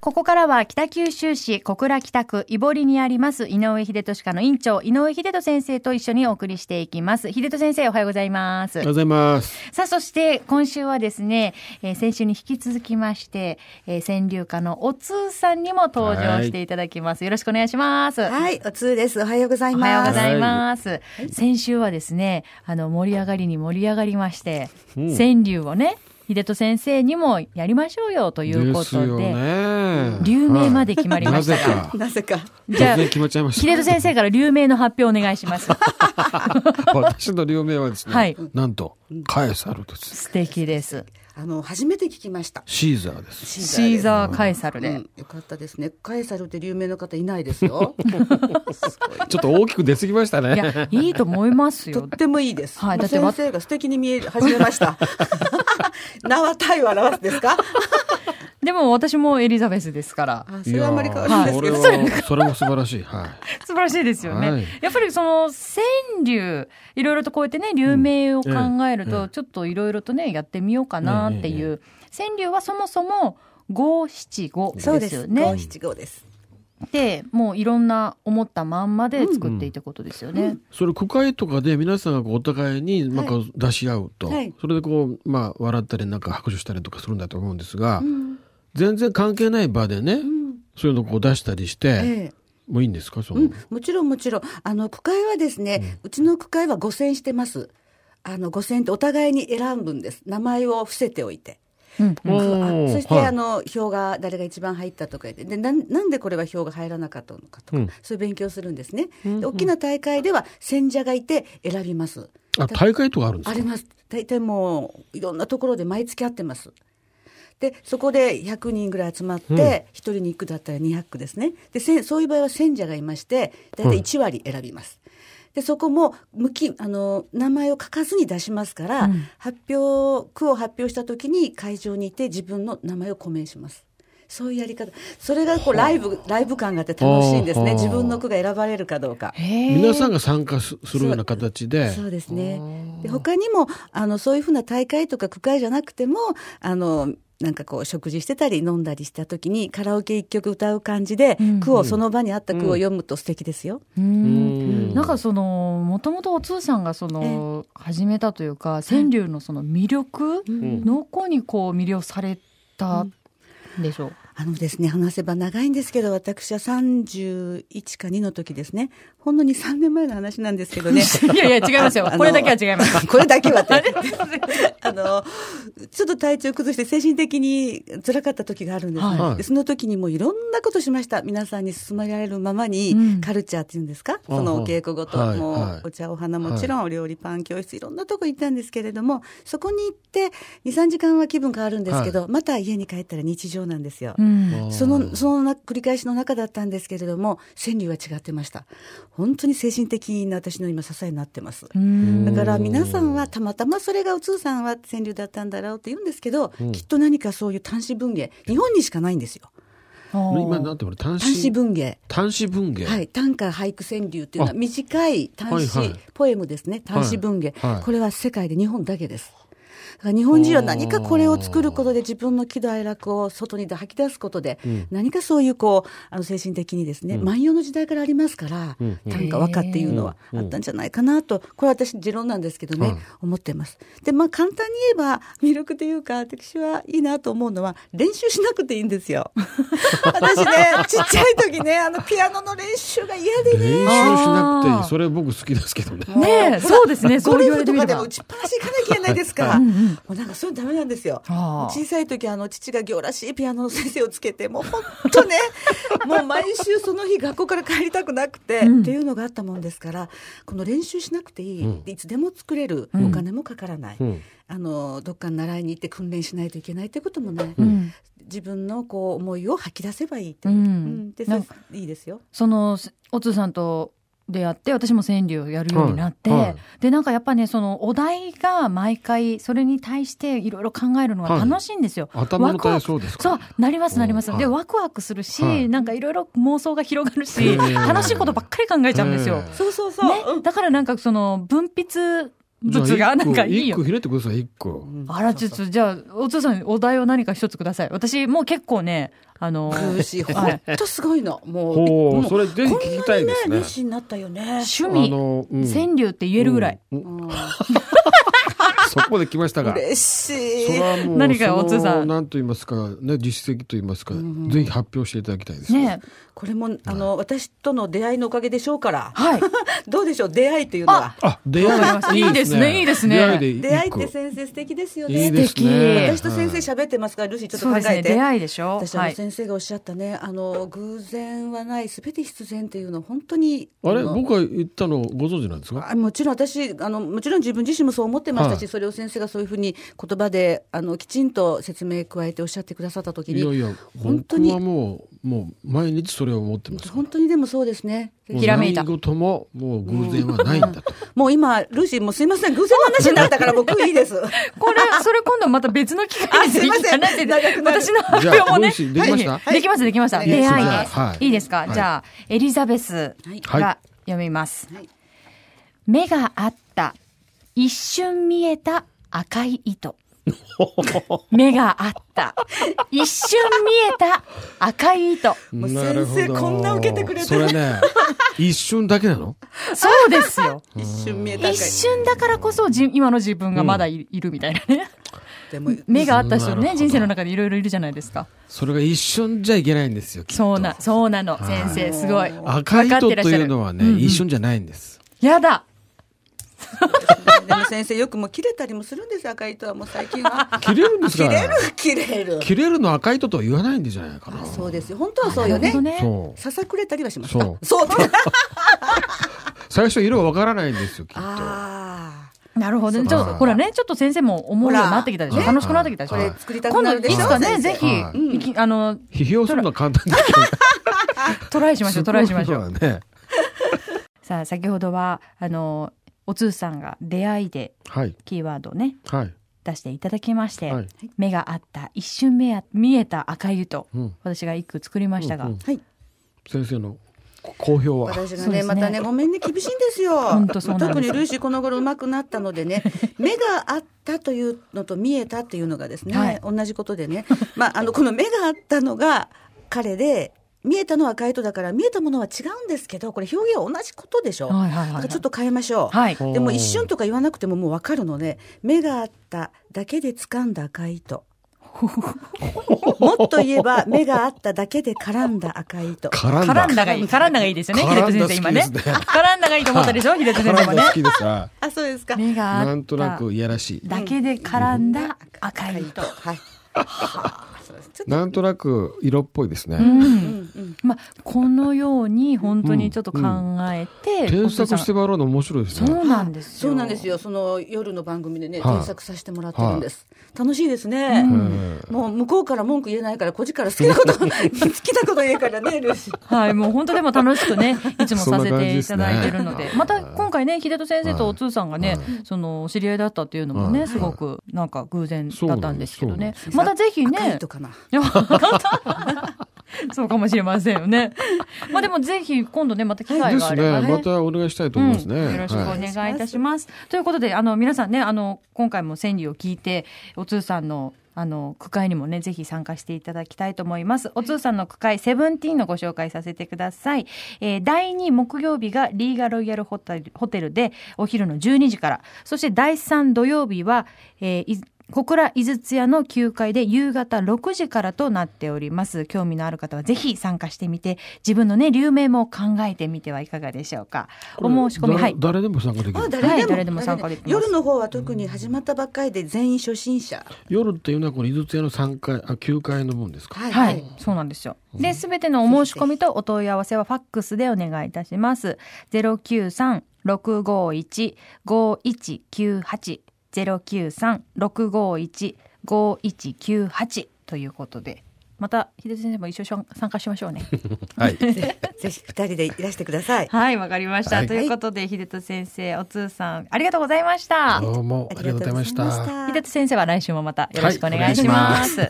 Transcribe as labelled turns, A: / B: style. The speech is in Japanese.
A: ここからは北九州市小倉北区井堀にあります井上秀俊科の院長井上秀俊先生と一緒にお送りしていきます秀俊先生おはようございます
B: おはようございます。
A: さあそして今週はですね、えー先週に引き続きまして、えー、川柳家のおつうさんにも登場していただきますよろしくお願いします
C: はい、お通です。おはようござい
A: お
C: ます。
A: はようございます。先週はですね、あの盛り上がりに盛り上がりまして、
B: うん
A: 川柳をね、秀人先生にもやりましょうよというこ
B: です
A: と
B: よ
A: で、
B: ね。
A: 留名まで決まりました
B: はいなぜか。
C: なぜか。
A: じゃあ
B: 突然決まっちゃいまし
A: 秀人先生から留名の発表お願いします。
B: た。私の両名はですね、
A: はい
B: なんとカエサルで す。
A: 素敵です。
C: あの、初めて聞きました。
B: シーザーです。
C: シ
A: シー
C: ー
A: ザーカエサ
C: ザ
A: ル
C: ーで
A: で。
C: す。うんよかったですね。カエサルって有名な方いないですよ。
B: ちょっと大きく出すぎました
A: い
B: ね。
A: や、いい と思います
C: とっ
A: よ。
C: てもいいです。
A: はい
C: も
A: だ
C: う
A: ってわ
C: 先生が素敵に見え始めました。縄体を表すですか。
A: でも私もエリザベスですから。
C: あそれはあんまり変わらない
B: やー
C: で
B: そ
C: すけ
B: れ
C: ど。
B: はそれも素晴らしい。はい。
A: 素晴らしいですよね。
B: はい
A: やっぱりその川柳、いろいろとこうやってね、流名を考える
B: うんえ
A: と、
B: え
A: ちょっといろいろとね、やってみようかなってい
B: え
A: う。川柳はそもそも五七五
C: そう
A: で
C: です
A: よ
C: す。
A: ね
C: 五。七五です。
A: で、もういろんな思ったまんまで作っていたことですよね。
B: それ区会とかで皆さんがこうお互いになんか出し合うと、
C: はい
B: それでこうまあ笑ったりなんか拍手したりとかするんだと思うんですが、全然関係ない場でね、そういうのをこう出したりして、
C: ええ。
B: もういいんですかその、
C: うん、もちろんもちろん。あの、区会はですね、うちの区会は五選してます。あの、五選ってお互いに選ぶんです。名前を伏せておいて。
A: うんうん
B: おー
C: そして、
B: はい
C: あの票が誰が一番入ったとか言ってでなんなんでこれは票が入らなかったのかとか、
B: うん
C: そういう勉強するんですね。で大きな大会では選者がいて選びます。
B: あ大会とかあるんです
C: あ
B: か
C: ります大体もういろんなところで毎月会ってます。でそこで100人ぐらい集まって、1人に1句だったら200句ですねでせんそういう場合は選者がいまして大体1割選びます。でそこも向きあの名前を書かずに出しますから、
A: うん
C: 発表句を発表した時に会場にいて自分の名前をコメンします。そういうやり方それがこうライブライブ感があって楽しいんですね
B: ほうほう
C: 自分の句が選ばれるかどうか。
A: へー
B: 皆さんが参加すするような形で
C: そうですね。で他にもあのそういうふうな大会とか区会じゃなくてもあのなんかこう食事してたり飲んだりした時にカラオケ一曲歌う感じで、
A: うん
C: 句をその場にあった句を読むと素敵ですよ。
A: う
B: うんん
A: なんかそのもともとお通さんがその始めたというか川柳のその魅力
B: ん
A: の子にこう魅了されたんでしょう。
C: あのですね話せば長いんですけど私は31か2の時ですねほんの23年前の話なんですけどね
A: いやいや違いますよ
C: あの
A: これだけは違います
C: これだ けはってあのちょっと体調崩して精神的に辛かった時があるんですね、
B: はい
C: でその時にもういろんなことしました皆さんに勧められるままに、
A: うん
C: カルチャーっていうんですか
B: あは
C: そのお稽古ごと、
B: はい
C: もう、
B: はい
C: お茶お花もちろん、お料理パン教室いろんなとこ行ったんですけれどもそこに行って23時間は気分変わるんですけど、また家に帰ったら日常なんですよ。
A: うん
B: あー
C: そのそのな繰り返しの中だったんですけれども川柳は違ってました本当に精神的な私の今支えになってます
A: うん
C: だから皆さんはたまたまそれがお通さんは川柳だったんだろうって言うんですけど、
B: うん
C: きっと何かそういう端子文芸日本にしかないんですよ
B: 今なんていうの単
C: 端子
B: 身
C: 文芸
B: 単子文芸、
C: はい短歌俳句川柳っていうのは
B: あ
C: 短い端子、
B: はいはい
C: ポエムですね端子文芸、
B: はいはい
C: これは世界で日本だけですだから日本人は何かこれを作ることで自分の喜怒哀楽を外に吐き出すことで、
B: ん
C: 何かそういうこうあの精神的にですね、万葉の時代からありますから、
B: うんうん
C: 短歌和歌っていうのは
B: うん
C: あ
B: うん
C: ったんじゃないかなとこれは私持論なんですけどね、
B: はい
C: 思ってます。でまあ簡単に言えば魅力というか私はいいなと思うのは練習しなくていいんで すよ。私ねちっちゃい時ねあのピアノの練習が嫌で
B: 練習
C: ね。
B: しなくてい
A: あー
B: いそれ僕好きですけどね
A: ねえそうですねそ
C: ゴ
A: う言
C: ル
A: わ
C: フ
A: れて
C: と
A: み
C: か
A: れ
C: で
A: ば
C: も打ちっぱなし行かなきゃいけないですから
A: う
C: も
A: んうん
C: うなんかそういうのダメなんですよ。
A: あー
C: 小さい時あの父が行羅しいピアノの先生をつけてもう本当ねもう毎週その日学校から帰りたくなくて、
A: うん
C: っていうのがあったもんですからこの練習しなくていい、
B: うん
C: いつでも作れる、
A: うん
C: お金もかからない、
B: うん
C: あのどっかに習いに行って訓練しないといけないってこともない、
A: うん
C: 自分のこう思いを吐き出せばいいって、
A: うん
C: うんで
A: なんか
C: そういいですよ。
A: そのお通さんと出会って私も川柳をやるようになって、
B: はいはい
A: でなんかやっぱねそのお題が毎回それに対していろいろ考えるのが楽しいんですよ。
B: 頭の
A: ワクワ
B: 体
A: ク
B: 操ですか
A: そうなりますなります、
B: うん
A: で
B: は
A: ワクワクするし、
B: はい
A: なんかいろいろ妄想が広がるし、
B: へー
A: 楽しいことばっかり考えちゃうんですよ、
B: へー
C: そうそうそう、
A: ね、だからなんかその文筆物がなんかいい
B: 一個
A: よ。
B: ひねってください、一個。
A: あら、ちょっと、じゃあ、おつさん、お題を何か一つください。私、もう結構ね、あ の、
C: 苦しいほんとすごいのもう
B: ほ
C: も
B: う、それぜひ
C: こ
B: 聞き
C: ん
B: た
C: ないに
B: で
C: ね
B: すね。
C: 熱心になったよね
A: 趣
B: あ
A: 味、
B: のうん
A: 川柳って言えるぐらい。
B: うん
C: うん
B: そこで来ました が。
C: 嬉し
B: それ
C: い
B: はもう
A: 何かおつさん
B: そのなんと言いますかね実績と言いますか、ぜひ発表していただきたいです。
A: ね
C: これもあの私との出会いのおかげでしょうから
A: はい。
C: どうでしょう出会いというのは
B: あ、出
A: わかりました
B: 会い
A: いいですね
B: 出会いで一個
C: 出会いって先生素敵ですよね
B: いいですね。
A: 素
C: 私と先生喋ってますからルーシーちょっと
A: そう
C: 考
A: ですね、
C: えて、
A: 出会いでしょ。
C: 私あ
A: は
C: の
A: い。
C: 先生がおっしゃったね、あの偶然はないすべて必然っていうの本当に
B: あれ
C: の
B: 僕が言ったのご存知なんですか。
C: あもちろん私あのもちろん自分自身もそう思ってましたし、
B: はい
C: それを先生がそういうふうに言葉であのきちんと説明加えておっしゃってくださった時
B: いや
C: に
B: いや
C: 本当
B: 僕
C: に
B: はもうもう毎日それを思ってますから。
C: 本当にでもそうですね
B: もう
A: ひらめいた
B: 何事ももう偶然はないんだと。
C: もう今ルーシーもうすいません偶然の話になったから僕いいです
A: これ、それ今度また別の機会
C: あ
A: に
C: すいません
A: 話してて
C: 長くなる
A: 私の発
B: じゃあ
A: 表もね。
B: ルーシーできました
A: はいできました、できました。
C: はい
A: 出
B: じ
A: 会
B: ゃ
A: い
B: あ
A: です。
B: はい
A: い、いですか、
B: はい
A: じゃあ、エリザベス
C: はい
A: が読みます。
C: はい
A: 目があった、一瞬見えた赤い糸。目があった、一瞬見えた赤い糸。
C: もう
B: なるほど
C: 先生こんな受けてくれてる
B: それね一瞬だけなの。
A: そうです よ。
C: 一瞬見えた
A: 一瞬だからこそじ、今の自分がまだい,、るみたいなね。
C: でも
A: 目があった人
B: なる
A: ね、
B: ほど
A: 人生の中でいろいろいるじゃないですか。
B: それが一瞬じゃいけないんですよ。きっと
A: そうな、そうなの、
B: はい
A: 先生、すごい。
B: 赤い
A: わかっ
B: 糸
A: てらっ
B: と
A: しゃ
B: い
A: る
B: うのはね、一瞬じゃないんです。
A: やだ
C: でも先生よくもう切れたりもするんです赤い糸はもう最 近は
B: 切れるんですか
C: 切れる切れる
B: 切れるの赤い糸とは言わないんじゃないかな。
C: そうですよ本当はそうよ
A: な
C: ね
A: るほどね
B: そう。
C: ささくれたりはします
B: そう
C: あそう
B: 最初色がわからないんですよ、きっと。
C: ああ
A: なるほどね。ち
B: そう
A: ょ
B: か
A: っと、ほらね、ちょっと先生も思うようになってきたでしょ
B: ほら
A: 楽しくなってきたでしょ
B: ね
A: はい
B: これ
C: 作りたく
A: 今
C: な
A: 度
C: るで
A: い
C: しょ
A: つかね、
C: 先生
A: ぜひ
B: は、い
A: いきあの、
B: 批評するのは簡単だけど。
A: トライしましょう、トライしましょう。
B: う。ね。
A: さあ、先ほどは、あの、おつうさんが出会いで
B: はい。
A: キーワードをね、
B: はい。
A: 出していただきまして、
B: はい
A: 目があった、一瞬目や見えた赤い糸、
B: うん
A: 私が一句作りましたが、
B: うんうん
C: はい
B: 先生の好評は。
C: 私が
A: そうですね
C: ねまたねごめんね厳しいんですよ
A: ほんとそうなんです
C: 特にルーシーこの頃うまくなったので ね目があったというのと見えたっていうのがですね、
A: はい
C: 同じことでね、まあ、あのこの目があったのが彼で見えたのは赤い糸だから見えたものは違うんですけどこれ表現は同じことでしょ、
A: はいはいはい
C: だ
A: は
C: か
A: い
C: らちょっと変えましょう、
A: はい
B: ほう
C: でも一瞬とか言わなくてももう分かるので目があっただけで掴んだ赤 い糸もっと言えば目があっただけで絡んだ赤い糸
B: 絡ん
A: カラ
B: だ。
A: ンダがいい、カランダがいいですよね、ヒ
B: カ
A: デ
B: ラ
A: ト
B: ンダ
A: 先生今ね
B: 好きで。すね
A: カランダがいいと思ったでしょ、ヒデト先生
B: 絡
A: も
B: ん
A: ね
B: だ。好きです。は
C: あそうですか
A: 目
B: い
A: があった。
B: なんとなくいやらしい。
A: だけで絡んだ赤い糸。
C: はい。ちょっと
B: なんとなく色っぽいですね。
A: うんまあ、このように本当にちょっと考えて、
B: 添削してもらうの面白いです
A: そ
B: ね。
A: うなんですよ。
C: そうなんですよ。その夜の番組でね、
B: はい
C: 添削させてもらってるんです。楽しいですね。
B: うん
C: もう向こうから文句言えないから、こっちから好きなこと、好きなこと言えからね、ルーシー。
A: はい、もう本当でも楽しくね、いつもさせ ていただいてるので、
B: そんな感じですね
A: また今回ね、秀人先生とお通さんがね、
B: はい
A: そのお知り合いだったっていうのもね、
B: はい
A: すごくなんか偶然だったんですけどね
B: そ。
A: またぜひ
C: 赤い
A: ね
C: 糸、かな。
A: いや本当 そうかもしれませんよね。まあでもぜひ今度ね、また機会
B: で
A: があ
B: す
A: れば
B: ね。
A: ね。
B: またお願いしたいと思いますね。
A: うんよろしくお
B: はい
A: 願いいたします。ということで、あの皆さんね、あの今回も川柳を聞いて、お通さんのあの区会にもね、ぜひ参加していただきたいと思います。お通さんの区会セブンティーンのご紹介させてください。えー第2木曜日がリーガロイヤルホテルホテルでお昼の12時から、そして第3土曜日は、えーい小倉井筒屋の9階で夕方6時からとなっております。興味のある方はぜひ参加してみて、自分のね、流名も考えてみてはいかがでしょうか。お申し込み、
B: だ
A: はい。
B: 誰でも参加できる
C: あ、。誰で
A: はい
C: も。
A: 誰でも参加できます
C: 夜の方は特に始まったばっかりで、全員初心者。
B: 夜っていうのはこの井筒屋の三階あ9階の分ですか。
C: はい。
A: はい、そうなんですよ。で、すべてのお申し込みとお問い合わせはファックスでお願いいたします。ゼロ九三六五一五一九八ゼロ九三六五一五一九八ということで、また秀津先生も一緒に参加しましょう ね。
B: はい。
C: ぜひ二人でいらしてください。
A: はい、わかりました。
B: はい
A: ということで秀津先生、おつうさんありがとうございました。
B: どうもありがとうございました。
A: 秀津先生は来週もまたよろしくお願いします。